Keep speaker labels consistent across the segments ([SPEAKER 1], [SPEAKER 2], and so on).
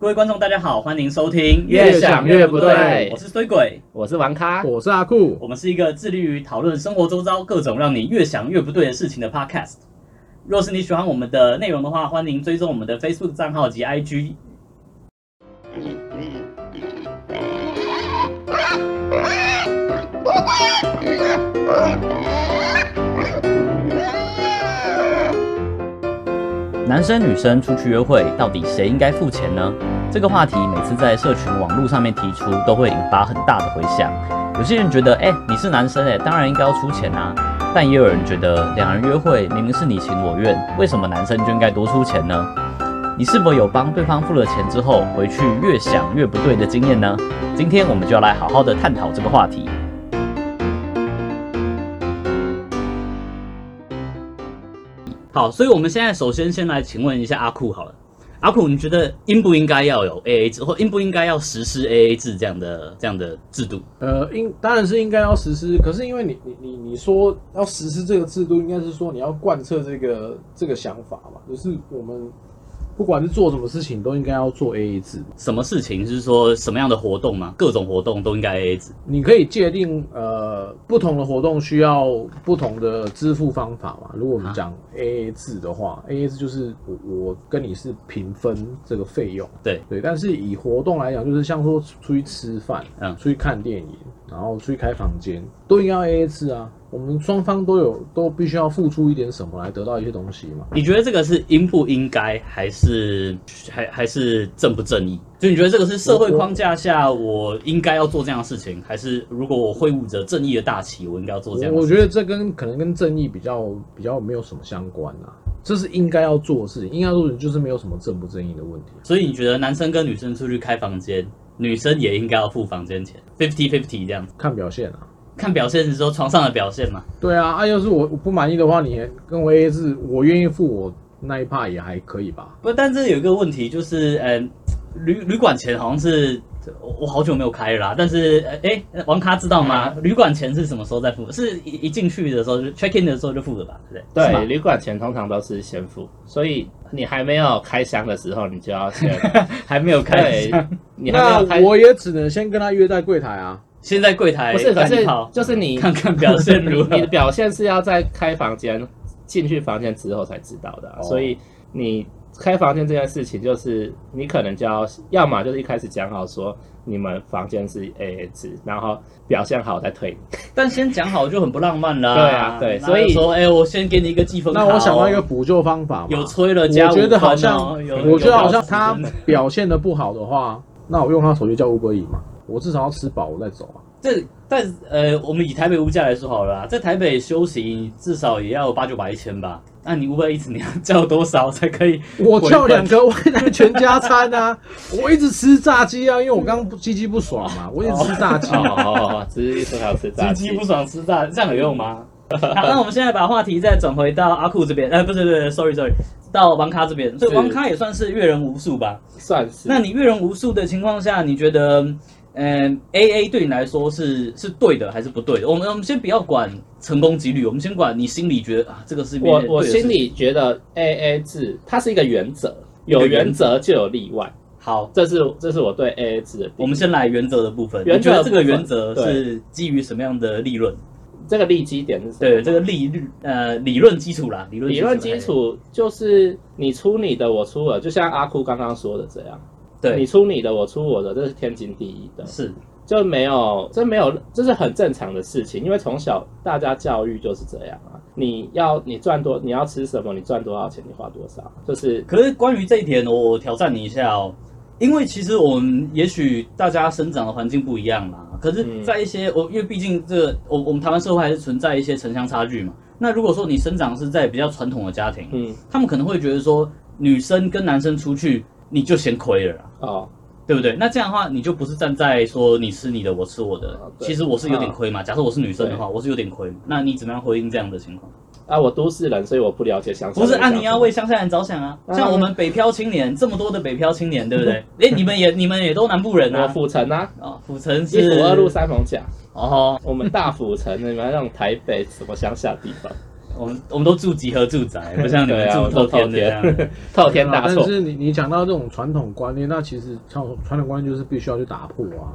[SPEAKER 1] 各位观众，大家好，欢迎收听
[SPEAKER 2] 越想越不对
[SPEAKER 1] 我是衰鬼，
[SPEAKER 2] 我是王咖，
[SPEAKER 3] 我是阿酷，
[SPEAKER 1] 我们是一个致力于讨论生活周遭各种让你越想越不对的事情的 podcast。若是你喜欢我们的内容的话，欢迎追踪我们的 Facebook 账号及 IG。男生女生出去约会，到底谁应该付钱呢？这个话题每次在社群网络上面提出，都会引发很大的回响。有些人觉得，哎、你是男生哎、当然应该要出钱啊。但也有人觉得，两人约会明明是你情我愿，为什么男生就应该多出钱呢？你是否有帮对方付了钱之后，回去越想越不对的经验呢？今天我们就要来好好的探讨这个话题。好，所以我们现在首先先来请问一下阿酷好了，阿酷，你觉得应不应该要有 AA 制，或应不应该要实施 AA 制这样的这样的制度？
[SPEAKER 3] 呃，应当然是应该要实施，可是因为你你你你说要实施这个制度，应该是说你要贯彻这个这个想法嘛，就是我们不管是做什么事情，都应该要做 AA 制。
[SPEAKER 1] 什么事情是说什么样的活动吗？各种活动都应该 AA 制。
[SPEAKER 3] 你可以界定呃不同的活动需要不同的支付方法嘛。如果我们
[SPEAKER 1] 啊
[SPEAKER 3] 讲 AA 制的话、a a 制就是我我跟你是平分这个费用，
[SPEAKER 1] 对
[SPEAKER 3] 对。但是以活动来讲，就是像说出去吃饭，
[SPEAKER 1] 嗯
[SPEAKER 3] 出去看电影，然后出去开房间，都应该要 AA 制啊。我们双方都有都必须要付出一点什么来得到一些东西嘛。
[SPEAKER 1] 你觉得这个是应不应该，还是还还是正不正义？就你觉得这个是社会框架下我应该要做这样的事情，还是如果我挥舞着正义的大旗，我应该要做这样
[SPEAKER 3] 我
[SPEAKER 1] 的
[SPEAKER 3] 我
[SPEAKER 1] 事
[SPEAKER 3] 觉得这跟可能跟正义比较比较没有什么相关啊。这是应该要做的事情，应该要做的事情就是没有什么正不正义的问题啊。
[SPEAKER 1] 所以你觉得男生跟女生出去开房间，女生也应该要付房间钱，fifty fifty 这样子，
[SPEAKER 3] 看表现啊。
[SPEAKER 1] 看表现是说床上的表现嘛？
[SPEAKER 3] 对啊，啊，要是我我不满意的话，你跟我 AA 制，我愿意付我那一趴也还可以吧？
[SPEAKER 1] 不，但这有一个问题就是，嗯、旅旅馆钱好像是我我好久没有开了啦，但是，呃哎、王咖知道吗？
[SPEAKER 2] 嗯
[SPEAKER 1] 旅馆钱是什么时候再付？是一一进去的时候就 check in 的时候就付了吧，对不对？是
[SPEAKER 2] 对，
[SPEAKER 1] 吗
[SPEAKER 2] 旅馆钱通常都是先付，所以你还没有开箱的时候，你就要先
[SPEAKER 1] 还没有开
[SPEAKER 2] 对，，你还没有开
[SPEAKER 3] 那，我也只能先跟他约在柜台啊。
[SPEAKER 1] 先在柜台
[SPEAKER 2] 不是，可
[SPEAKER 1] 看一
[SPEAKER 2] 是
[SPEAKER 1] 炮
[SPEAKER 2] 就是 你
[SPEAKER 1] 看看表现如
[SPEAKER 2] 你的
[SPEAKER 1] 何。
[SPEAKER 2] 表现是要在开房间进去房间之后才知道的啊、
[SPEAKER 3] 哦
[SPEAKER 2] 所以你开房间这件事情，就是你可能就要要么就是一开始讲好说你们房间是 AA 制，然后表现好再退你。
[SPEAKER 1] 但先讲好就很不浪漫啦。
[SPEAKER 2] 对啊对
[SPEAKER 1] 哪有
[SPEAKER 2] 所以
[SPEAKER 1] 说，哎、我先给你一个积分卡
[SPEAKER 3] 那
[SPEAKER 1] 哦。
[SPEAKER 3] 我想到一个补救方法嘛，
[SPEAKER 1] 有吹了
[SPEAKER 3] 我
[SPEAKER 1] 加五
[SPEAKER 3] 觉得
[SPEAKER 1] 分
[SPEAKER 3] 好
[SPEAKER 1] 哦
[SPEAKER 3] 像，
[SPEAKER 1] 有
[SPEAKER 3] 我觉得好像
[SPEAKER 1] 有
[SPEAKER 3] 他
[SPEAKER 1] 加五分
[SPEAKER 3] 表现的不好的话，那我用他手机叫 Uber E 嘛，我至少要吃饱我再走啊。
[SPEAKER 1] 这但呃，我们以台北物价来说好了啦，在台北休息至少也要八九百一千吧。那你五百一次你要叫多少才可以？
[SPEAKER 3] 我叫两个外带全家餐啊，我一直吃炸鸡啊，因为我刚刚鸡鸡不爽嘛，我一直吃炸鸡。啊
[SPEAKER 2] 哦，只是说好吃炸
[SPEAKER 1] 吃鸡
[SPEAKER 2] 鸡
[SPEAKER 1] 不。爽吃炸，这样有用 吗？好，那我们现在把话题再转回到阿酷这边，呃，不是，不是，sorry sorry，到王咖这边。所以
[SPEAKER 2] 是
[SPEAKER 1] 王咖也算是阅人无数吧？
[SPEAKER 2] 算是。
[SPEAKER 1] 那你阅人无数的情况下，你觉得，嗯、a A 对你来说是是对的还是不对的？我们我们先不要管成功几率，我们先管你心里觉得啊，这个是
[SPEAKER 2] 我我
[SPEAKER 1] 对的事
[SPEAKER 2] 心里觉得 A A 制它是一个原则，有原则就有例外，
[SPEAKER 1] 好。
[SPEAKER 2] 这是这是我对 A A 制的定义。
[SPEAKER 1] 我们先来原则的部分，
[SPEAKER 2] 原
[SPEAKER 1] 你觉
[SPEAKER 2] 则
[SPEAKER 1] 得
[SPEAKER 2] 的
[SPEAKER 1] 这
[SPEAKER 2] 部分
[SPEAKER 1] 个原则是基于什么样的利润？
[SPEAKER 2] 这个利基点是什么？
[SPEAKER 1] 对，这个利率呃理论基础啦，理论
[SPEAKER 2] 理论
[SPEAKER 1] 基
[SPEAKER 2] 基
[SPEAKER 1] 础
[SPEAKER 2] 础就是你出你的，我出我的，就像阿酷刚刚说的这样，你
[SPEAKER 1] 对
[SPEAKER 2] 出你的，我出我的，这是天经地义的，
[SPEAKER 1] 是
[SPEAKER 2] 就没有这没有这是很正常的事情，因为从小大家教育就是这样啊，你要你赚多，你要吃什么，你赚多少钱，你花多少，就是
[SPEAKER 1] 可是关于这一点，我我挑战你一下哦，因为其实我们也许大家生长的环境不一样啦，可是，
[SPEAKER 2] 嗯
[SPEAKER 1] 在一些我、因为毕竟这个我我们台湾社会还是存在一些城乡差距嘛。那如果说你生长是在比较传统的家庭，
[SPEAKER 2] 嗯
[SPEAKER 1] 他们可能会觉得说女生跟男生出去你就嫌亏了啦。
[SPEAKER 2] 哦，
[SPEAKER 1] 对不对？那这样的话，你就不是站在说你吃你的，我吃我的
[SPEAKER 2] 啊。对
[SPEAKER 1] 其实我是有点亏嘛。假设我是女生的话，我是有点亏嘛。那你怎么样回应这样的情况？
[SPEAKER 2] 啊，我都市人，所以我不了解乡下
[SPEAKER 1] 不
[SPEAKER 2] 人
[SPEAKER 1] 是
[SPEAKER 2] 在想
[SPEAKER 1] 啊，
[SPEAKER 2] 什么。
[SPEAKER 1] 你要为乡下人着想啊。
[SPEAKER 2] 啊
[SPEAKER 1] 像我们北漂青年这么多的北漂青年，对不对？
[SPEAKER 2] 嗯
[SPEAKER 1] 哎，你们也你们也都南部人
[SPEAKER 2] 我
[SPEAKER 1] 啊。
[SPEAKER 2] 府城啊，
[SPEAKER 1] 啊，府城
[SPEAKER 2] 一
[SPEAKER 1] 是
[SPEAKER 2] 府二路三艋甲，
[SPEAKER 1] 哦，
[SPEAKER 2] 我们大府城，你们那种台北什么乡下地方，
[SPEAKER 1] 我们我们都住集合住宅，不像你们
[SPEAKER 2] 对啊
[SPEAKER 1] 住
[SPEAKER 2] 我都
[SPEAKER 1] 透天的
[SPEAKER 2] 透
[SPEAKER 1] 这
[SPEAKER 2] 天
[SPEAKER 1] 样。
[SPEAKER 2] 透天大
[SPEAKER 3] 啊但
[SPEAKER 2] 错，
[SPEAKER 1] 啊
[SPEAKER 3] 是你你讲到这种传统观念，那其实传统传统观念就是必须要去打破啊。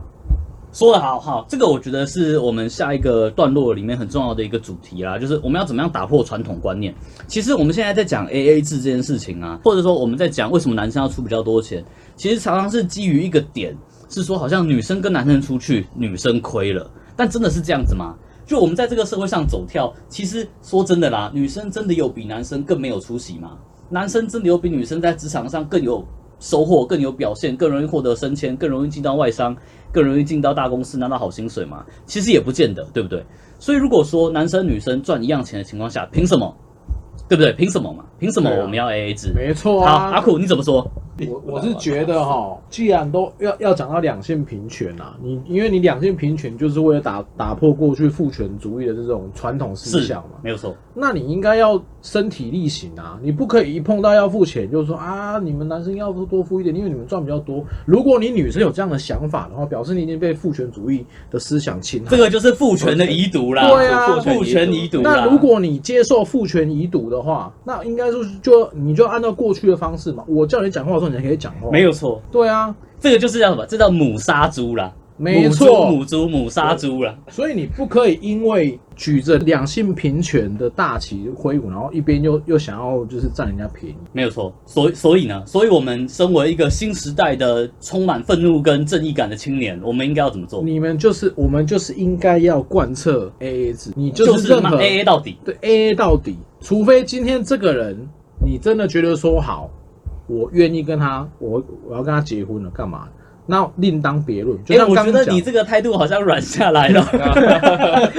[SPEAKER 1] 说的好好，这个我觉得是我们下一个段落里面很重要的一个主题啦，就是我们要怎么样打破传统观念。其实我们现在在讲 A A 制这件事情啊，或者说我们在讲为什么男生要出比较多钱，其实常常是基于一个点，是说好像女生跟男生出去，女生亏了，但真的是这样子吗？就我们在这个社会上走跳，其实说真的啦，女生真的有比男生更没有出息吗？男生真的有比女生在职场上更有收获、更有表现、更容易获得升迁、更容易进到外商、更容易进到大公司拿到好薪水吗？其实也不见得，对不对？所以如果说男生女生赚一样钱的情况下，凭什么？对不对？凭什么嘛？凭什么
[SPEAKER 3] 对啊
[SPEAKER 1] 我们要 AA 制？
[SPEAKER 3] 没错
[SPEAKER 1] 好，
[SPEAKER 3] 啊，
[SPEAKER 1] 阿苦你怎么说？
[SPEAKER 3] 我我是觉得哈，既然都要要讲到两性平权啊，你因为你两性平权就是为了打打破过去父权主义的这种传统思
[SPEAKER 1] 是
[SPEAKER 3] 想嘛，
[SPEAKER 1] 没有错，
[SPEAKER 3] 那你应该要身体力行啊，你不可以一碰到要付钱就说啊，你们男生要多付一点，因为你们赚比较多。如果你女生有这样的想法的话，表示你已经被父权主义的思想侵害。
[SPEAKER 1] 这个就是父权的遗毒啦，
[SPEAKER 3] 对啊
[SPEAKER 1] 父权遗毒啦。
[SPEAKER 3] 那如果你接受父权遗毒的话，那应该说是就你就按照过去的方式嘛，我叫你讲话的时候你才可以讲话。
[SPEAKER 1] 没
[SPEAKER 3] 有，
[SPEAKER 1] 有错，
[SPEAKER 3] 对啊，
[SPEAKER 1] 这个就是叫什么？这叫母杀猪啦，
[SPEAKER 3] 没错，
[SPEAKER 1] 母猪母猪母杀猪啦。
[SPEAKER 3] 所以你不可以因为举着两性平权的大旗挥舞，然后一边又又想要就是占人家便宜。
[SPEAKER 1] 没有错，所以所以呢，所以我们身为一个新时代的充满愤怒跟正义感的青年，我们应该要怎么做？
[SPEAKER 3] 你们就是我们就是应该要贯彻 AA 制，你
[SPEAKER 1] 就
[SPEAKER 3] 就是任
[SPEAKER 1] 骂
[SPEAKER 3] 何
[SPEAKER 1] AA 到底，
[SPEAKER 3] 对 AA 到底，除非今天这个人你真的觉得说好，我愿意跟他，我我要跟他结婚了，干嘛？那另当别论。就
[SPEAKER 1] 哎、
[SPEAKER 3] 像
[SPEAKER 1] 我
[SPEAKER 3] 刚
[SPEAKER 1] 觉
[SPEAKER 3] 刚
[SPEAKER 1] 得
[SPEAKER 3] 讲
[SPEAKER 1] 你，这个态度好像软下来
[SPEAKER 2] 啊
[SPEAKER 1] 了。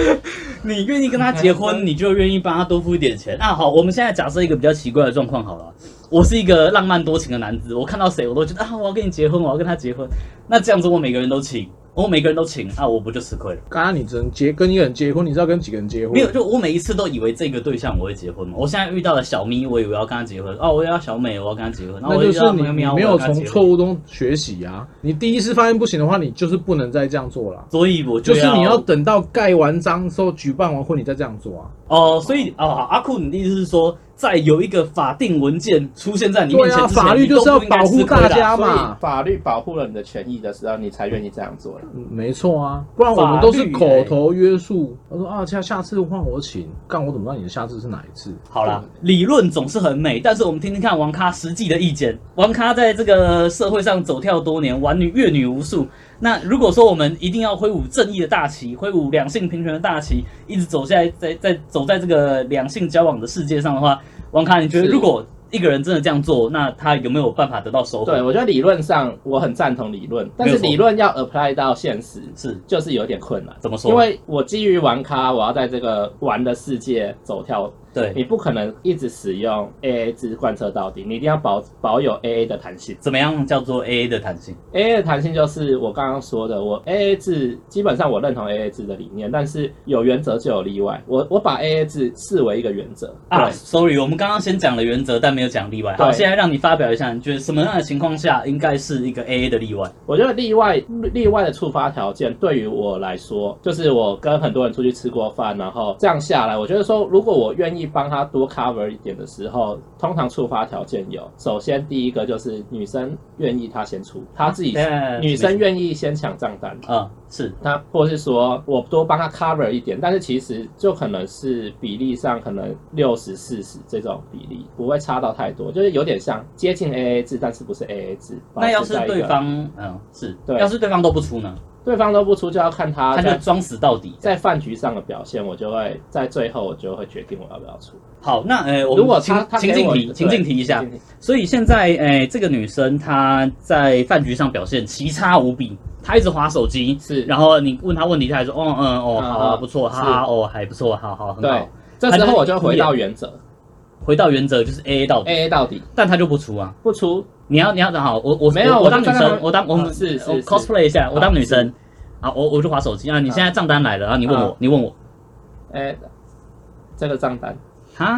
[SPEAKER 1] 你愿意跟
[SPEAKER 3] 嗯
[SPEAKER 1] 他结婚，你就愿意帮他多付一点钱。啊那好，我们现在假设一个比较奇怪的状况好了。我是一个浪漫多情的男子，我看到谁我都觉得啊，我要跟你结婚，我要跟他结婚。那这样子我每个人都请，我每个人都请，啊，我不就吃亏了？
[SPEAKER 3] 刚刚你只能结跟一个人结婚，你是要跟几个人结婚？
[SPEAKER 1] 没有，就我每一次都以为这个对象我会结婚嘛。我现在遇到了小咪，我以为我要跟他结婚，哦，我要小美，我要跟他结婚。然后
[SPEAKER 3] 那
[SPEAKER 1] 我
[SPEAKER 3] 就
[SPEAKER 1] 遇到
[SPEAKER 3] 是你
[SPEAKER 1] 喵
[SPEAKER 3] 你
[SPEAKER 1] 喵，
[SPEAKER 3] 没
[SPEAKER 1] 啊我要
[SPEAKER 3] 有
[SPEAKER 1] 跟他
[SPEAKER 3] 从
[SPEAKER 1] 结婚
[SPEAKER 3] 错误中学习啊！你第一次发现不行的话，你就是不能再这样做了。
[SPEAKER 1] 所以我
[SPEAKER 3] 就是你
[SPEAKER 1] 要
[SPEAKER 3] 要等到盖完章之后，举办完婚，你再这样做啊！
[SPEAKER 1] 哦，所以哦，好阿库，你的意思是说，在有一个法定文件出现在你面
[SPEAKER 3] 对
[SPEAKER 1] 前
[SPEAKER 3] 啊，
[SPEAKER 1] 之前
[SPEAKER 3] 法律就是要保护大，
[SPEAKER 1] 啊
[SPEAKER 3] 家啊
[SPEAKER 2] 所
[SPEAKER 3] 嘛
[SPEAKER 2] 以。法律保护了你的权益的时候，你才愿意这样做了。
[SPEAKER 3] 嗯没错啊，不然我们都是
[SPEAKER 1] 法律欸
[SPEAKER 3] 口头约束。他说啊，下下次换我请，干我怎么知道你的下次是哪一次？
[SPEAKER 1] 好
[SPEAKER 2] 哦
[SPEAKER 1] 啦，理论总是很美，但是我们听听看王咖实际的意见。王咖在这个社会上走跳多年，玩女阅女无数。那如果说我们一定要挥舞正义的大旗，挥舞两性平权的大旗，一直走下来，在在走在这个两性交往的世界上的话，王咖，你觉得
[SPEAKER 3] 是
[SPEAKER 1] 如果一个人真的这样做，那他有没有办法得到收获？
[SPEAKER 2] 对，我觉得理论上我很赞同理论，但
[SPEAKER 1] 没有
[SPEAKER 2] 是
[SPEAKER 1] 错
[SPEAKER 2] 理论要 apply 到现实，
[SPEAKER 1] 是
[SPEAKER 2] 就是有点困难。
[SPEAKER 1] 怎么说？
[SPEAKER 2] 因为我基于玩咖，我要在这个玩的世界走跳，
[SPEAKER 1] 对
[SPEAKER 2] 你不可能一直使用 AA 制贯彻到底，你一定要保保有 AA 的弹性。
[SPEAKER 1] 怎么样叫做 A A 的弹性？
[SPEAKER 2] AA 的弹性就是我刚刚说的，我 AA 制基本上我认同 AA 制的理念，但是有原则就有例外。我我把 AA 制视为一个原则
[SPEAKER 1] 啊
[SPEAKER 2] 对
[SPEAKER 1] ，sorry，我们刚刚先讲了原则，但没有讲例外。好，
[SPEAKER 2] 对
[SPEAKER 1] 现在让你发表一下，你觉得什么样的情况下应该是一个 AA 的例外？
[SPEAKER 2] 我觉得例外例外的触发条件，对于我来说，就是我跟很多人出去吃过饭，然后这样下来，我觉得说，如果我愿意帮他多 cover 一点的时候，通常触发条件有，首先第一个就是女生愿意他先出，他自己、
[SPEAKER 1] 嗯
[SPEAKER 2] 女生愿意先抢账单。
[SPEAKER 1] 嗯，是
[SPEAKER 2] 那或是说我多帮他 cover 一点，但是其实就可能是比例上可能六十四十这种比例，不会差到太多，就是有点像接近 AA 制，但是不是 AA 制。保
[SPEAKER 1] 那
[SPEAKER 2] 持
[SPEAKER 1] 要是
[SPEAKER 2] 在一个
[SPEAKER 1] 对方，嗯，是，
[SPEAKER 2] 对啊
[SPEAKER 1] 要是对方都不出呢，
[SPEAKER 2] 对方都不出，就要看他
[SPEAKER 1] 他就
[SPEAKER 2] 在
[SPEAKER 1] 装死到底。
[SPEAKER 2] 在饭局上的表现，我就会在最后我就会决定我要不要出。
[SPEAKER 1] 好，那呃，我们
[SPEAKER 2] 如果
[SPEAKER 1] 情
[SPEAKER 2] 他他
[SPEAKER 1] 情
[SPEAKER 2] 给
[SPEAKER 1] 境
[SPEAKER 2] 我
[SPEAKER 1] 题，情境题一下
[SPEAKER 2] 对。情境题
[SPEAKER 1] 所以现在，呃，这个女生她在饭局上表现奇差无比，她一直划手机，
[SPEAKER 2] 是
[SPEAKER 1] 然后你问她问题，她还说，哦，嗯，哦，好啊，
[SPEAKER 2] 嗯
[SPEAKER 1] 不错，哈哈，哦，还不错，好好，很好
[SPEAKER 2] 对。，这时候我就回到原则
[SPEAKER 1] 回到原则就是 AA 到底，
[SPEAKER 2] ，A A 到底
[SPEAKER 1] 但她就不出啊。
[SPEAKER 2] 不出，
[SPEAKER 1] 你要你要等好，我我
[SPEAKER 2] 没有
[SPEAKER 1] 我
[SPEAKER 2] 我
[SPEAKER 1] 我当女
[SPEAKER 2] 刚刚
[SPEAKER 1] 生，我当我们
[SPEAKER 2] 啊是是
[SPEAKER 1] 我
[SPEAKER 2] 是
[SPEAKER 1] cosplay 一下，我当女生
[SPEAKER 2] 是，
[SPEAKER 1] 啊，我我就划手机啊，你
[SPEAKER 2] 啊
[SPEAKER 1] 现在账单来了，然后你问我
[SPEAKER 2] 啊，
[SPEAKER 1] 你问我，
[SPEAKER 2] 哎，这个账单，
[SPEAKER 1] 哈，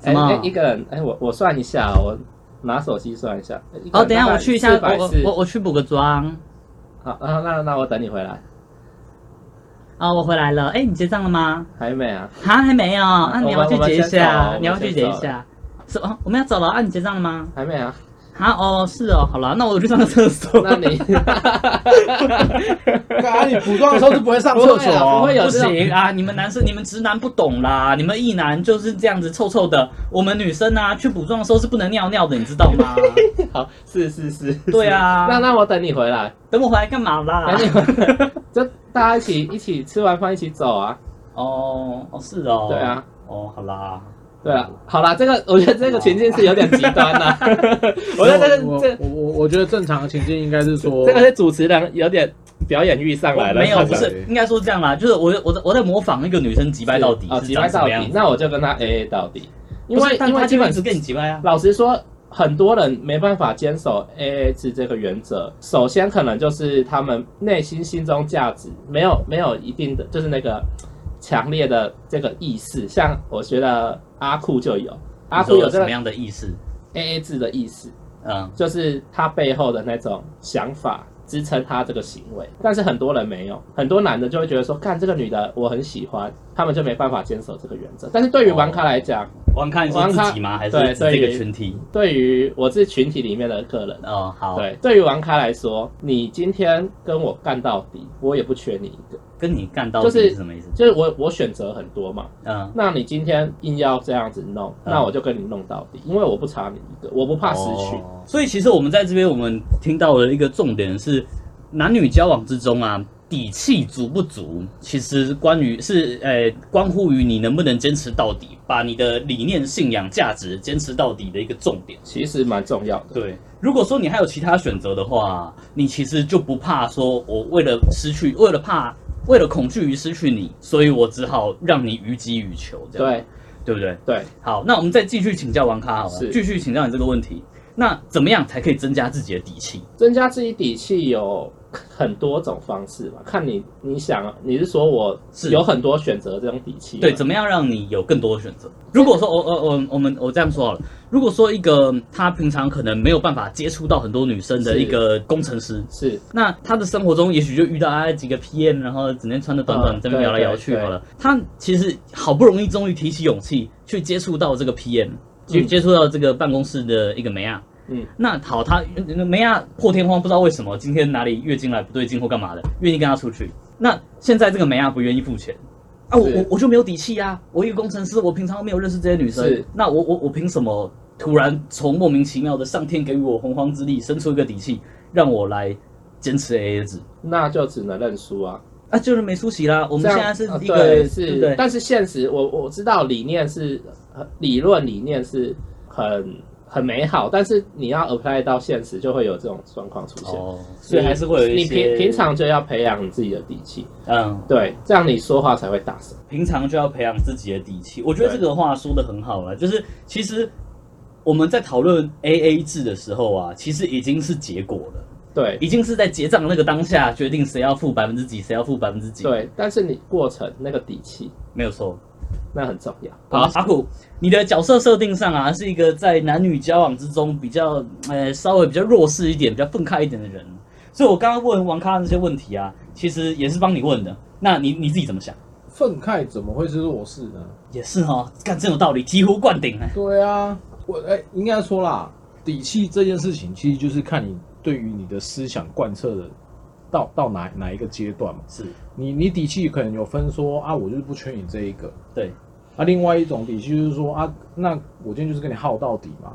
[SPEAKER 1] 什
[SPEAKER 2] 哎
[SPEAKER 1] 么
[SPEAKER 2] 哎，？一个人，哎，我我算一下，我拿手机算一下。
[SPEAKER 1] 哦，等一下我去一下，我
[SPEAKER 2] 百
[SPEAKER 1] 我
[SPEAKER 2] 四
[SPEAKER 1] 我，我去补个妆，
[SPEAKER 2] 好，啊那那我等你回来。
[SPEAKER 1] 啊、我回来了，哎，你结账了吗？
[SPEAKER 2] 还没啊？
[SPEAKER 1] 啊，还没有，那、你要
[SPEAKER 2] 我
[SPEAKER 1] 去
[SPEAKER 2] 们
[SPEAKER 1] 结一
[SPEAKER 2] 我
[SPEAKER 1] 下，
[SPEAKER 2] 们先走
[SPEAKER 1] 你要去结一
[SPEAKER 2] 我们先
[SPEAKER 1] 下。是啊，我们要走了啊，你结账了吗？
[SPEAKER 2] 还没 啊？
[SPEAKER 1] 啊，哦，是哦，好了，那我去上个厕所。
[SPEAKER 2] 那你
[SPEAKER 3] 啊，你补妆的时候是不会上厕所、哦，
[SPEAKER 2] 不会啊不会有
[SPEAKER 1] 不
[SPEAKER 2] 这种
[SPEAKER 1] 行啊！你们男生、你们直男不懂啦，你们异男就是这样子臭臭的。我们女生啊，去补妆的时候是不能尿尿的，你知道 吗？
[SPEAKER 2] 好是是 是，是
[SPEAKER 1] 对啊
[SPEAKER 2] 那那我等你回来，
[SPEAKER 1] 等我回来干嘛啦
[SPEAKER 2] 等？你回来，就大家一起一起吃完饭一起走啊。
[SPEAKER 1] 哦哦，是哦。
[SPEAKER 2] 对啊。
[SPEAKER 1] 哦，好啦。
[SPEAKER 2] 对啊，好啦，这个我觉得这个情境是有点极端啦。 我觉得这
[SPEAKER 3] 我
[SPEAKER 2] 个这
[SPEAKER 3] 我我我觉得正常的情境应该是说，
[SPEAKER 2] 这个是主持人有点表演欲上来了，
[SPEAKER 1] 没有，
[SPEAKER 2] 他
[SPEAKER 1] 不
[SPEAKER 2] 讲
[SPEAKER 1] 是，应该说这样啦，就是我我在我在模仿一个女生击败到底
[SPEAKER 2] 哦，
[SPEAKER 1] 是
[SPEAKER 2] 击败
[SPEAKER 1] 长什
[SPEAKER 2] 到
[SPEAKER 1] 么样
[SPEAKER 2] 底，
[SPEAKER 1] 子，
[SPEAKER 2] 那我就跟他 A A 到底，因
[SPEAKER 1] 不
[SPEAKER 2] 为
[SPEAKER 1] 是但
[SPEAKER 2] 因为
[SPEAKER 1] 他
[SPEAKER 2] 基本
[SPEAKER 1] 是跟你击败啊。
[SPEAKER 2] 老实说，很多人没办法坚守 AA 制这个原则。首先，可能就是他们内心心中价值没有没有一定的，就是那个强烈的这个意识。像我觉得阿酷就有，阿
[SPEAKER 1] 你
[SPEAKER 2] 酷
[SPEAKER 1] 说
[SPEAKER 2] 有
[SPEAKER 1] 有
[SPEAKER 2] 这
[SPEAKER 1] 什
[SPEAKER 2] 个
[SPEAKER 1] 么样的意思？
[SPEAKER 2] AA 制的意识，
[SPEAKER 1] 嗯，
[SPEAKER 2] 就是他背后的那种想法。支撑他这个行为，但是很多人没有，很多男的就会觉得说，看这个女的我很喜欢，他们就没办法坚守这个原则。但是对于玩咖来讲，
[SPEAKER 1] 王看是自己吗？还是
[SPEAKER 2] 对
[SPEAKER 1] 指这
[SPEAKER 2] 对
[SPEAKER 1] 个
[SPEAKER 2] 于
[SPEAKER 1] 群体？
[SPEAKER 2] 对于我是群体里面的客人，
[SPEAKER 1] 哦，好，
[SPEAKER 2] 对，对于王咖来说，你今天跟我干到底，我也不缺你一个。
[SPEAKER 1] 跟你干到底
[SPEAKER 2] 就是
[SPEAKER 1] 是什么意思？
[SPEAKER 2] 就是我我选择很多嘛，
[SPEAKER 1] 嗯，
[SPEAKER 2] 那你今天硬要这样子弄，那我就跟你弄到底，因为我不差你一个，我不怕失去。
[SPEAKER 1] 哦所以其实我们在这边，我们听到了一个重点是，男女交往之中啊，底气足不足，其实关于是呃关乎于你能不能坚持到底，把你的理念、信仰、价值坚持到底的一个重点。
[SPEAKER 2] 其实蛮重要的，
[SPEAKER 1] 对，如果说你还有其他选择的话，你其实就不怕说，我为了失去，为了怕，为了恐惧于失去你，所以我只好让你予己予求，这样
[SPEAKER 2] 对
[SPEAKER 1] 对不对？
[SPEAKER 2] 对，
[SPEAKER 1] 好，那我们再继续请教王咖好了，
[SPEAKER 2] 是
[SPEAKER 1] 继续请教你这个问题。那怎么样才可以增加自己的底气？
[SPEAKER 2] 增加自己底气有很多种方式嘛，看你你想，啊你是说我
[SPEAKER 1] 是
[SPEAKER 2] 有很多选择这种底气吗，
[SPEAKER 1] 对，怎么样让你有更多的选择？如果说我我我我们我这样说好了，如果说一个他平常可能没有办法接触到很多女生的
[SPEAKER 2] 是
[SPEAKER 1] 一个工程师，
[SPEAKER 2] 是
[SPEAKER 1] 那他的生活中也许就遇到啊几个 PM，然后只能穿的短短
[SPEAKER 2] 嗯
[SPEAKER 1] 这边摇来摇去好了。他其实好不容易终于提起勇气去接触到这个 PM，去接触到这个办公室的一个啊梅亚。
[SPEAKER 2] 嗯，
[SPEAKER 1] 那好，他呃那梅亚破天荒不知道为什么今天哪里月经来不对劲或干嘛的，愿意跟他出去。那现在这个梅亚不愿意付钱。啊，我
[SPEAKER 2] 是
[SPEAKER 1] 我我就没有底气啊！我一个工程师，我平常没有认识这些女生
[SPEAKER 2] 是，
[SPEAKER 1] 那我我我凭什么突然从莫名其妙的上天给予我洪荒之力，生出一个底气，让我来坚持 AA 制？
[SPEAKER 2] 那就只能认输啊。
[SPEAKER 1] 啊，就是没出息啦。我们
[SPEAKER 2] 这
[SPEAKER 1] 现
[SPEAKER 2] 样
[SPEAKER 1] 在是
[SPEAKER 2] 啊
[SPEAKER 1] 一个、
[SPEAKER 2] 对
[SPEAKER 1] 对
[SPEAKER 2] 是
[SPEAKER 1] 不对？
[SPEAKER 2] 但是现实我我知道理念是呃理论理念是很很美好，但是你要 apply 到现实就会有这种状况出现。
[SPEAKER 1] 哦，所以还是会有一
[SPEAKER 2] 你
[SPEAKER 1] 些
[SPEAKER 2] 平平常就要培养你自己的底气，
[SPEAKER 1] 嗯，
[SPEAKER 2] 对，这样你说话才会大声。
[SPEAKER 1] 平常就要培养自己的底气。我觉得
[SPEAKER 2] 对
[SPEAKER 1] 这个话说的很好了，就是其实我们在讨论 AA 制的时候啊，其实已经是结果了，
[SPEAKER 2] 对
[SPEAKER 1] 已经是在结账那个当下决定谁要付百分之几，谁要付百分之几，，
[SPEAKER 2] 对，但是你过程那个底气
[SPEAKER 1] 没有错。
[SPEAKER 2] 那很重要。
[SPEAKER 1] 好，阿虎，你的角色设定上啊，是一个在男女交往之中比较呃稍微比较弱势一点、比较愤慨一点的人，所以我刚刚问王咖那些问题啊，其实也是帮你问的。那你你自己怎么想？
[SPEAKER 3] 愤慨怎么会是弱势呢？
[SPEAKER 1] 也是哦，干真有道理，醍醐灌顶哎。
[SPEAKER 3] 对啊，我哎、应该说啦，底气这件事情其实就是看你对于你的思想贯彻的到到哪哪一个阶段嘛。
[SPEAKER 1] 是
[SPEAKER 3] 你你底气可能有分说啊，我就是不缺你这一个。
[SPEAKER 1] 对，
[SPEAKER 3] 啊，另外一种底气就是说啊，那我今天就是跟你耗到底嘛，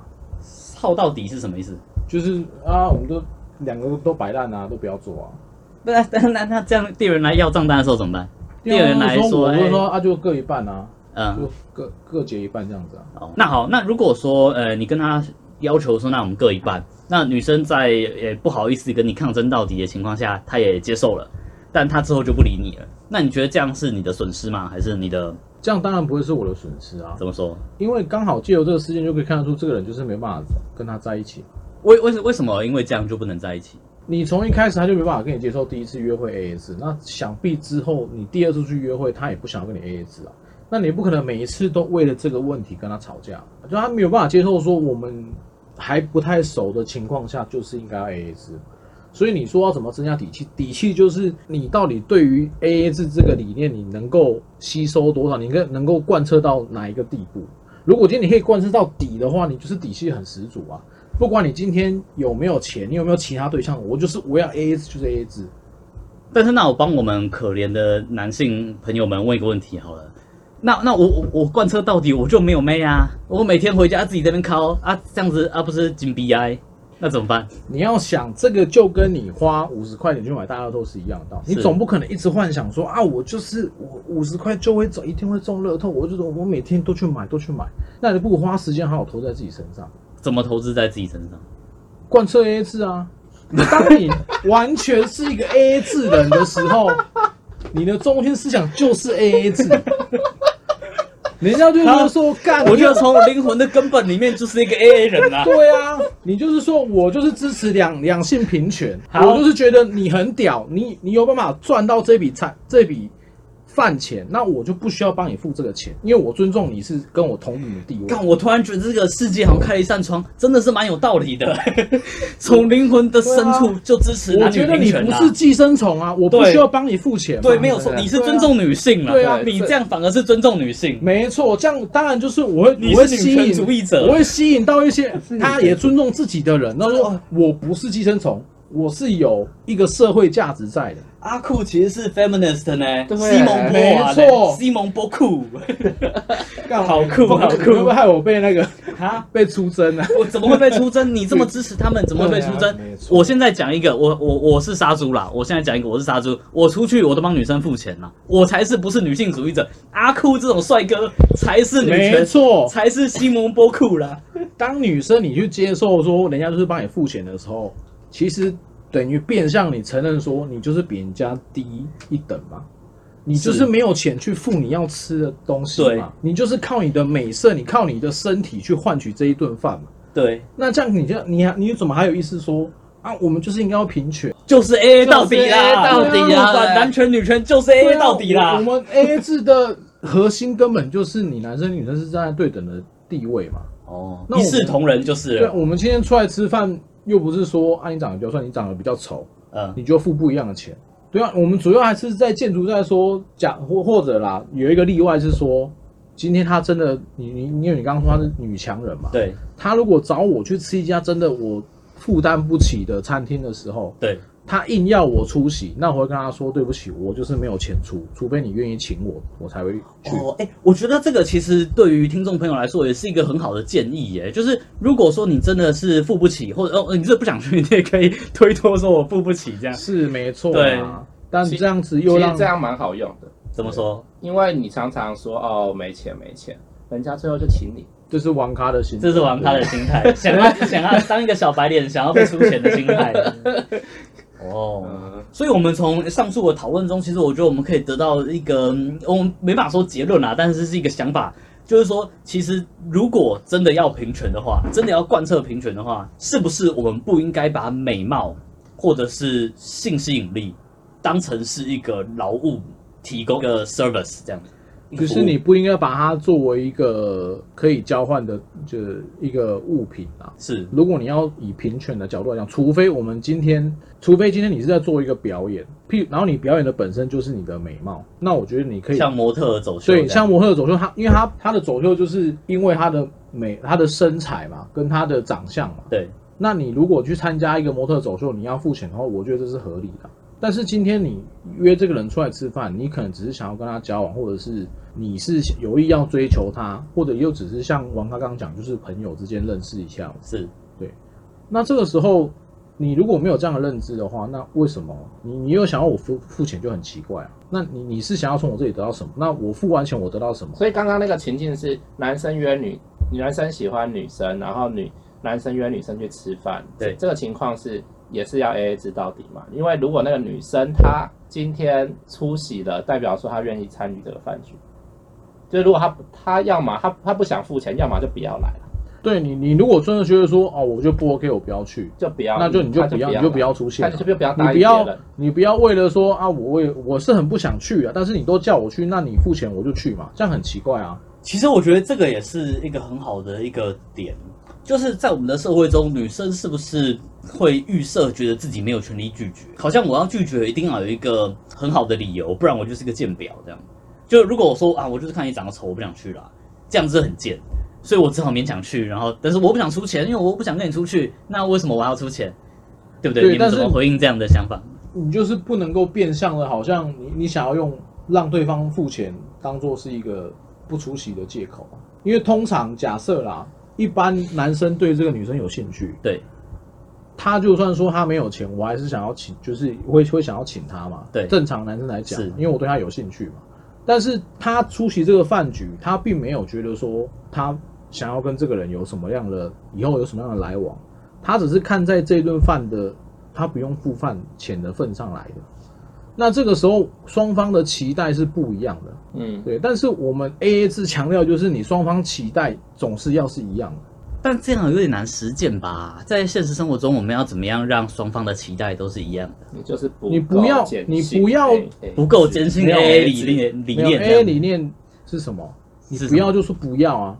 [SPEAKER 1] 耗到底是什么意思？
[SPEAKER 3] 就是啊，我们都两个都摆烂啊，都不要做啊。
[SPEAKER 1] 不那那那那这样店员来要账单的时候怎么办？店员
[SPEAKER 3] 人
[SPEAKER 1] 来说，
[SPEAKER 3] 我就
[SPEAKER 1] 哎
[SPEAKER 3] 说啊，就各一半啊，
[SPEAKER 1] 嗯，
[SPEAKER 3] 就各各结一半这样子啊。
[SPEAKER 1] 哦，那好，那如果说呃你跟他要求说，那我们各一半，那女生在呃不好意思跟你抗争到底的情况下，她也接受了，但她之后就不理你了。那你觉得这样是你的损失吗？还是你的
[SPEAKER 3] 这样当然不会是我的损失啊，
[SPEAKER 1] 怎么说？
[SPEAKER 3] 因为刚好借由这个事件就可以看得出，这个人就是没办法跟他在一起。
[SPEAKER 1] 为为什为什么因为这样就不能在一起？
[SPEAKER 3] 你从一开始他就没办法跟你接受第一次约会 AA 制，那想必之后你第二次去约会，他也不想要跟你 AA 制啊。那你不可能每一次都为了这个问题跟他吵架，就他没有办法接受说我们还不太熟的情况下就是应该要 AA 制。所以你说要怎么增加底气？底气就是你到底对于 AA 制这个理念，你能够吸收多少？你能能够贯彻到哪一个地步？如果今天你可以贯彻到底的话，你就是底气很十足啊！不管你今天有没有钱，你有没有其他对象，我就是我要 AA 制就是 AA 制。
[SPEAKER 1] 但是那我帮我们可怜的男性朋友们问一个问题好了，那那我我我贯彻到底，我就没有妹啊，我每天回家自己在那边敲啊，这样子啊不是紧逼哀，那怎么办？
[SPEAKER 3] 你要想这个就跟你花五十块钱去买大乐透是一样的道理，
[SPEAKER 1] 是
[SPEAKER 3] 你总不可能一直幻想说啊，我就是我五十块就会中，一定会中乐透，我就说我每天都去买，都去买，那你不如花时间好好投在自己身上，
[SPEAKER 1] 怎么投资在自己 身上？
[SPEAKER 3] 贯彻 AA 制啊。当你完全是一个 AA 制人的时候， 你的中心思想就是 AA 制，人家就觉得说干，
[SPEAKER 1] 我
[SPEAKER 3] 你
[SPEAKER 1] 就从灵魂的根本里面就是一个 A A 人 啊。
[SPEAKER 3] 对啊，你就是说我就是支持两两性平权，
[SPEAKER 1] 好
[SPEAKER 3] 我就是觉得你很屌，你你有办法赚到这笔财这笔饭钱，那我就不需要帮你付这个钱，因为我尊重你是跟我同等的地位。
[SPEAKER 1] 看，我突然觉得这个世界好像开了一扇窗，真的是蛮有道理的。 从灵魂的深处就支持
[SPEAKER 3] 啊我
[SPEAKER 1] 男女
[SPEAKER 3] 觉得
[SPEAKER 1] 平
[SPEAKER 3] 你
[SPEAKER 1] 权
[SPEAKER 3] 不
[SPEAKER 1] 啊。
[SPEAKER 3] 是寄生虫啊，我不
[SPEAKER 1] 对
[SPEAKER 3] 需要帮你付钱嘛。
[SPEAKER 1] 对，没有错，
[SPEAKER 2] 对啊
[SPEAKER 1] 你是尊重女性了。
[SPEAKER 3] 对啊
[SPEAKER 1] 你这样反而是尊重女性。
[SPEAKER 3] 没错，这样当然就是我会，
[SPEAKER 1] 你是
[SPEAKER 3] 我会吸
[SPEAKER 1] 女
[SPEAKER 3] 引
[SPEAKER 1] 权主义者
[SPEAKER 3] 我会吸引到一些他也尊重自己的人，那就
[SPEAKER 1] 哦
[SPEAKER 3] 说我不是寄生虫，我是有一个社会价值在的。
[SPEAKER 1] 阿酷其实是 feminist 呢，
[SPEAKER 2] 对
[SPEAKER 1] 西蒙波娃
[SPEAKER 3] 没
[SPEAKER 1] 呢，
[SPEAKER 3] 错
[SPEAKER 1] 西蒙波库。
[SPEAKER 3] 干
[SPEAKER 1] 好酷
[SPEAKER 3] 我
[SPEAKER 1] 好酷
[SPEAKER 3] 你会不会害我被那个
[SPEAKER 1] 啊
[SPEAKER 3] 被出征啊？
[SPEAKER 1] 我怎么会被出 征？你这么支持他们，怎么会被出
[SPEAKER 3] 对
[SPEAKER 1] 征
[SPEAKER 3] 啊没？错
[SPEAKER 1] 我现在讲一个，我我我是杀猪啦！我现在讲一个，我是杀猪，我出去我都帮女生付钱啦，我才是不是女性主义者？阿酷这种帅哥才是女
[SPEAKER 3] 没
[SPEAKER 1] 权，
[SPEAKER 3] 错，
[SPEAKER 1] 才是西蒙波库啦！
[SPEAKER 3] 当女生你去接受说人家就是帮你付钱的时候，其实等于变相你承认说你就是比人家低一等嘛，你就是
[SPEAKER 1] 是
[SPEAKER 3] 没有钱去付你要吃的东西
[SPEAKER 1] 对
[SPEAKER 3] 嘛，你就是靠你的美色，你靠你的身体去换取这一顿饭嘛。
[SPEAKER 1] 对，
[SPEAKER 3] 那这样你就你还你怎么还有意思说啊？我们就是应该要平权。
[SPEAKER 1] 就是 A A 到底啦，
[SPEAKER 3] 就是 AA 到底
[SPEAKER 1] 啊！
[SPEAKER 3] 啊
[SPEAKER 1] 男权女权就是 A
[SPEAKER 3] 对
[SPEAKER 1] A
[SPEAKER 3] 啊
[SPEAKER 1] 到底啦
[SPEAKER 3] 我！我们 A A 制的核心根本就是你男生女生是站在对等的地位嘛。
[SPEAKER 1] 哦，
[SPEAKER 3] 那
[SPEAKER 1] 一
[SPEAKER 3] 我
[SPEAKER 1] 视同仁就是
[SPEAKER 3] 对，啊
[SPEAKER 1] 了。
[SPEAKER 3] 我们今天出来吃饭，又不是说啊你长得比较帅，你长得比较丑，
[SPEAKER 1] 嗯，
[SPEAKER 3] 你就付不一样的钱。对啊，我们主要还是在建筑在说讲或或者啦，有一个例外是说，今天他真的你你你因为你刚刚说他是女强人嘛，
[SPEAKER 1] 对
[SPEAKER 3] 他如果找我去吃一家真的我负担不起的餐厅的时候，
[SPEAKER 1] 对，
[SPEAKER 3] 他硬要我出席，那我会跟他说对不起，我就是没有钱出，除非你愿意请我，我才会去。
[SPEAKER 1] 哦，哎、我觉得这个其实对于听众朋友来说也是一个很好的建议耶。就是如果说你真的是付不起，或者哦你真的不想去，你也可以推脱说我付不起这样。
[SPEAKER 3] 是没错、
[SPEAKER 1] 对
[SPEAKER 3] 啊，但
[SPEAKER 2] 其
[SPEAKER 3] 这样子
[SPEAKER 2] 其
[SPEAKER 3] 又
[SPEAKER 2] 实
[SPEAKER 3] 让
[SPEAKER 2] 这样蛮好用的，
[SPEAKER 1] 怎么说？
[SPEAKER 2] 因为你常常说哦没钱没钱，人家最后就请你。
[SPEAKER 3] 这是玩咖的心态，
[SPEAKER 1] 这是玩咖的心态，想要想要当一个小白脸，想要被出钱的心 态。哦，
[SPEAKER 2] 嗯，
[SPEAKER 1] 所以我们从上述的讨论中，其实我觉得我们可以得到一个，嗯我们没办法说结论啊，但是是一个想法，就是说，其实如果真的要平权的话，真的要贯彻平权的话，是不是我们不应该把美貌或者是性吸引力当成是一个劳务，提供一个 service 这样子？一个服
[SPEAKER 3] 就
[SPEAKER 1] 务
[SPEAKER 3] 是你不应该把它作为一个可以交换的，就是一个物品啊。
[SPEAKER 1] 是
[SPEAKER 3] 如果你要以平权的角度来讲，除非我们今天，除非今天你是在做一个表演，譬然后你表演的本身就是你的美貌，那我觉得你可以
[SPEAKER 1] 像模特儿走秀这样，
[SPEAKER 3] 对，像模特的走秀，他因为他他的走秀就是因为他的美、他的身材嘛，跟他的长相嘛。
[SPEAKER 1] 对
[SPEAKER 3] 那你如果去参加一个模特走秀，你要付钱的话，我觉得这是合理的。但是今天你约这个人出来吃饭，你可能只是想要跟他交往，或者是你是有意要追求他，或者又只是像王刚刚讲，就是朋友之间认识一下嘛。
[SPEAKER 1] 是
[SPEAKER 3] 那这个时候，你如果没有这样的认知的话，那为什么你你又想要我付付钱就很奇怪啊？那你你是想要从我这里得到什么？那我付完钱我得到什么？
[SPEAKER 2] 所以刚刚那个情境是男生约女，女男生喜欢女生，然后女男生约女生去吃饭。
[SPEAKER 1] 对
[SPEAKER 2] 这个情况是也是要 A A 制到底嘛？因为如果那个女生她今天出席了，代表说她愿意参与这个饭局。就如果她她要么她她不想付钱，要么就不要来了，
[SPEAKER 3] 对你，你如果真的觉得说哦，我就不 OK，我不要去，
[SPEAKER 2] 就不要，
[SPEAKER 3] 那就你就
[SPEAKER 2] 她
[SPEAKER 3] 不
[SPEAKER 2] 不
[SPEAKER 3] 要，你
[SPEAKER 2] 来
[SPEAKER 3] 就不，要出现
[SPEAKER 2] 她
[SPEAKER 3] 啊。
[SPEAKER 2] 就是不要
[SPEAKER 3] 你
[SPEAKER 2] 答
[SPEAKER 3] 不
[SPEAKER 2] 应别
[SPEAKER 3] 要
[SPEAKER 2] 人。，
[SPEAKER 3] 你不要为了说啊，我为我是很不想去啊，但是你都叫我去，那你付钱我就去嘛，这样很奇怪啊。
[SPEAKER 1] 其实我觉得这个也是一个很好的一个点，就是在我们的社会中，女生是不是会预设觉得自己没有权利拒绝？好像我要拒绝，一定要有一个很好的理由，不然我就是个贱婊这样。就如果我说啊，我就是看你长得丑，我不想去啦，这样子很贱，所以我只好勉强去。然后，但是我不想出钱，因为我不想跟你出去，那为什么我还要出钱？对不对？
[SPEAKER 3] 对
[SPEAKER 1] 你
[SPEAKER 3] 但
[SPEAKER 1] 们
[SPEAKER 3] 是
[SPEAKER 1] 怎么回应这样的想法？
[SPEAKER 3] 你就是不能够变相的，好像你你想要用让对方付钱当做是一个不出席的借口啊，因为通常假设啦，一般男生对这个女生有兴趣，
[SPEAKER 1] 对
[SPEAKER 3] 他就算说他没有钱，我还是想要请，就是会会想要请他嘛。
[SPEAKER 1] 对
[SPEAKER 3] 正常男生来讲
[SPEAKER 1] 是，
[SPEAKER 3] 因为我对他有兴趣嘛。但是他出席这个饭局，他并没有觉得说他想要跟这个人有什么样的以后有什么样的来往，他只是看在这顿饭的他不用付饭钱的份上来的。那这个时候双方的期待是不一样的，
[SPEAKER 2] 嗯，
[SPEAKER 3] 对。但是我们 A A 制强调就是你双方期待总是要是一样的。
[SPEAKER 1] 但这样有点难实践吧？在现实生活中，我们要怎么样让双方的期待都是一样的？
[SPEAKER 2] 你就是不
[SPEAKER 3] 你不
[SPEAKER 2] 够
[SPEAKER 3] 要
[SPEAKER 2] 坚
[SPEAKER 3] 你
[SPEAKER 2] 信
[SPEAKER 3] 不要
[SPEAKER 2] 哎哎
[SPEAKER 1] 不够坚信
[SPEAKER 2] 没有
[SPEAKER 1] A A
[SPEAKER 2] 是
[SPEAKER 1] 理念理
[SPEAKER 3] 没有
[SPEAKER 1] 念
[SPEAKER 3] A A
[SPEAKER 1] 这
[SPEAKER 3] 理
[SPEAKER 1] 样
[SPEAKER 3] 念是什么？你
[SPEAKER 1] 是什
[SPEAKER 3] 不
[SPEAKER 1] 么
[SPEAKER 3] 要就说不要啊，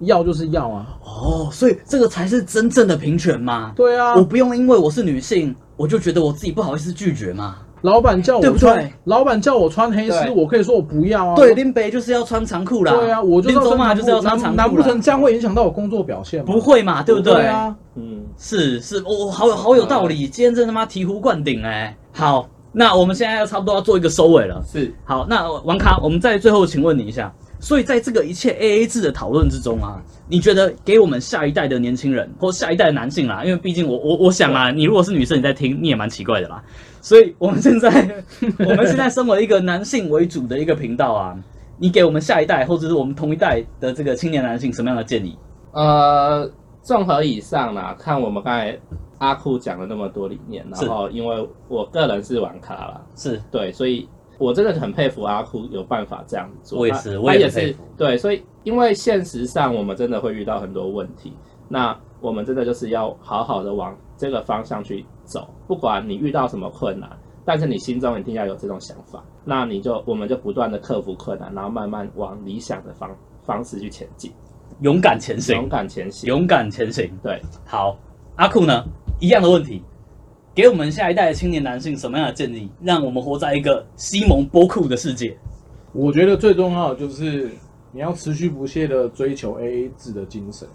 [SPEAKER 3] 要就是要啊。
[SPEAKER 1] 哦，所以这个才是真正的平权嘛？
[SPEAKER 3] 对啊
[SPEAKER 1] 我，不用因为我是女性，我就觉得我自己不好意思拒绝嘛。
[SPEAKER 3] 老板叫
[SPEAKER 1] 对
[SPEAKER 3] 我
[SPEAKER 1] 不
[SPEAKER 3] 穿
[SPEAKER 1] 对，
[SPEAKER 3] 老板叫我穿黑丝，
[SPEAKER 2] 对
[SPEAKER 3] 我可以说我不要啊。
[SPEAKER 1] 对，
[SPEAKER 3] 我
[SPEAKER 1] 林北就是要穿长裤啦。
[SPEAKER 3] 对啊，我就
[SPEAKER 1] 林
[SPEAKER 3] 是要
[SPEAKER 1] 走
[SPEAKER 3] 穿
[SPEAKER 1] 马
[SPEAKER 3] 长
[SPEAKER 1] 就是要
[SPEAKER 3] 裤
[SPEAKER 1] 穿长裤啦
[SPEAKER 3] 难不成这样会影响到我工作表现吗？
[SPEAKER 1] 不，会嘛？对不对？
[SPEAKER 3] 啊，
[SPEAKER 2] 嗯，
[SPEAKER 1] 是是，我、哦、好有好有道理，今天真他妈醍醐灌顶哎、好，那我们现在要差不多要做一个收尾了。
[SPEAKER 2] 是
[SPEAKER 1] 好，那王卡，我们在最后请问你一下，所以在这个一切 A A 制的讨论之中啊，你觉得给我们下一代的年轻人或下一代的男性啦，因为毕竟我我我想啦，你如果是女生你在听，你也蛮奇怪的啦。所以我们现在 我们现在身为一个男性为主的一个频道啊，你给我们下一代或者是我们同一代的这个青年男性什么样的建议？
[SPEAKER 2] 呃，综合以上啦，看我们刚才阿酷讲了那么多理念，
[SPEAKER 1] 是
[SPEAKER 2] 然后因为我个人是玩咖啦，
[SPEAKER 1] 是
[SPEAKER 2] 对，所以我真的很佩服阿酷有办法这样做。
[SPEAKER 1] 我也
[SPEAKER 2] 他
[SPEAKER 1] 是
[SPEAKER 2] 他
[SPEAKER 1] 我也
[SPEAKER 2] 也
[SPEAKER 1] 很佩
[SPEAKER 2] 是
[SPEAKER 1] 服
[SPEAKER 2] 对，所以因为现实上我们真的会遇到很多问题，那我们真的就是要好好的往这个方向去走，不管你遇到什么困难。但是你心中一定要有这种想法，那你就我们就不断的克服困难，然后慢慢往理想的方方式去前进，
[SPEAKER 1] 勇敢前行
[SPEAKER 2] 勇，敢前行。
[SPEAKER 1] 勇敢前行。
[SPEAKER 2] 对，
[SPEAKER 1] 好，阿酷呢？一样的问题，给我们下一代的青年男性什么样的建议，让我们活在一个西蒙波库的世界？
[SPEAKER 3] 我觉得最重要的就是你要持续不懈的追求 A A 制的精神。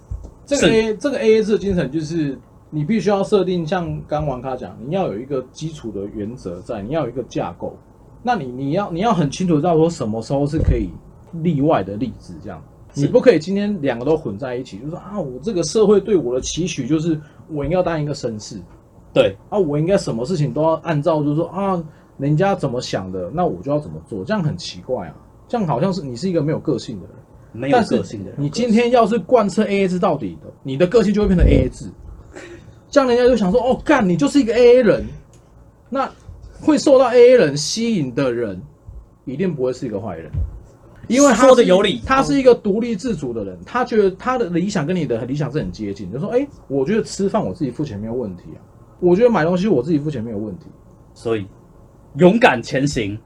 [SPEAKER 3] 这个
[SPEAKER 1] 是
[SPEAKER 3] A 这个 A A 制的精神就是你必须要设定，像刚王咖讲，你要有一个基础的原则在，你要有一个架构。那你你要你要很清楚知道说什么时候是可以例外的例子，这样
[SPEAKER 1] 是
[SPEAKER 3] 你不可以今天两个都混在一起，就是啊，我这个社会对我的期许就是我应该要当一个绅士，
[SPEAKER 1] 对，
[SPEAKER 3] 啊，我应该什么事情都要按照，就是说啊，人家怎么想的，那我就要怎么做，这样很奇怪啊，这样好像是你是一个没有个性的人。
[SPEAKER 1] 没有
[SPEAKER 3] 但是
[SPEAKER 1] 个性的人，
[SPEAKER 3] 你今天要是贯彻 AA 制到底的，你的个性就会变成 AA 制，这样人家就想说，哦，干，你就是一个 AA 人，那会受到 AA 人吸引的人，一定不会是一个坏人。因为他
[SPEAKER 1] 说得
[SPEAKER 3] 是
[SPEAKER 1] 有理
[SPEAKER 3] 他是一个独立自主的人，他觉得他的理想跟你的理想是很接近，就说，哎、我觉得吃饭我自己付钱没有问题啊，我觉得买东西我自己付钱没有问题，
[SPEAKER 1] 所以勇敢前行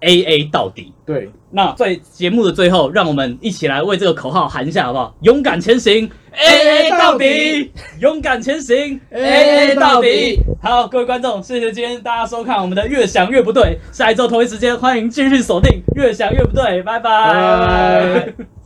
[SPEAKER 1] ，A A 到底。
[SPEAKER 3] 对，
[SPEAKER 1] 那在节目的最后，让我们一起来为这个口号喊一下，好不好？勇敢前行，A A 到底！勇敢前行，A A 到底！好，各位观众，谢谢今天大家收看我们的《越想越不对》，下一周同一时间欢迎继续锁定《越想越不对》，拜拜。
[SPEAKER 3] 拜拜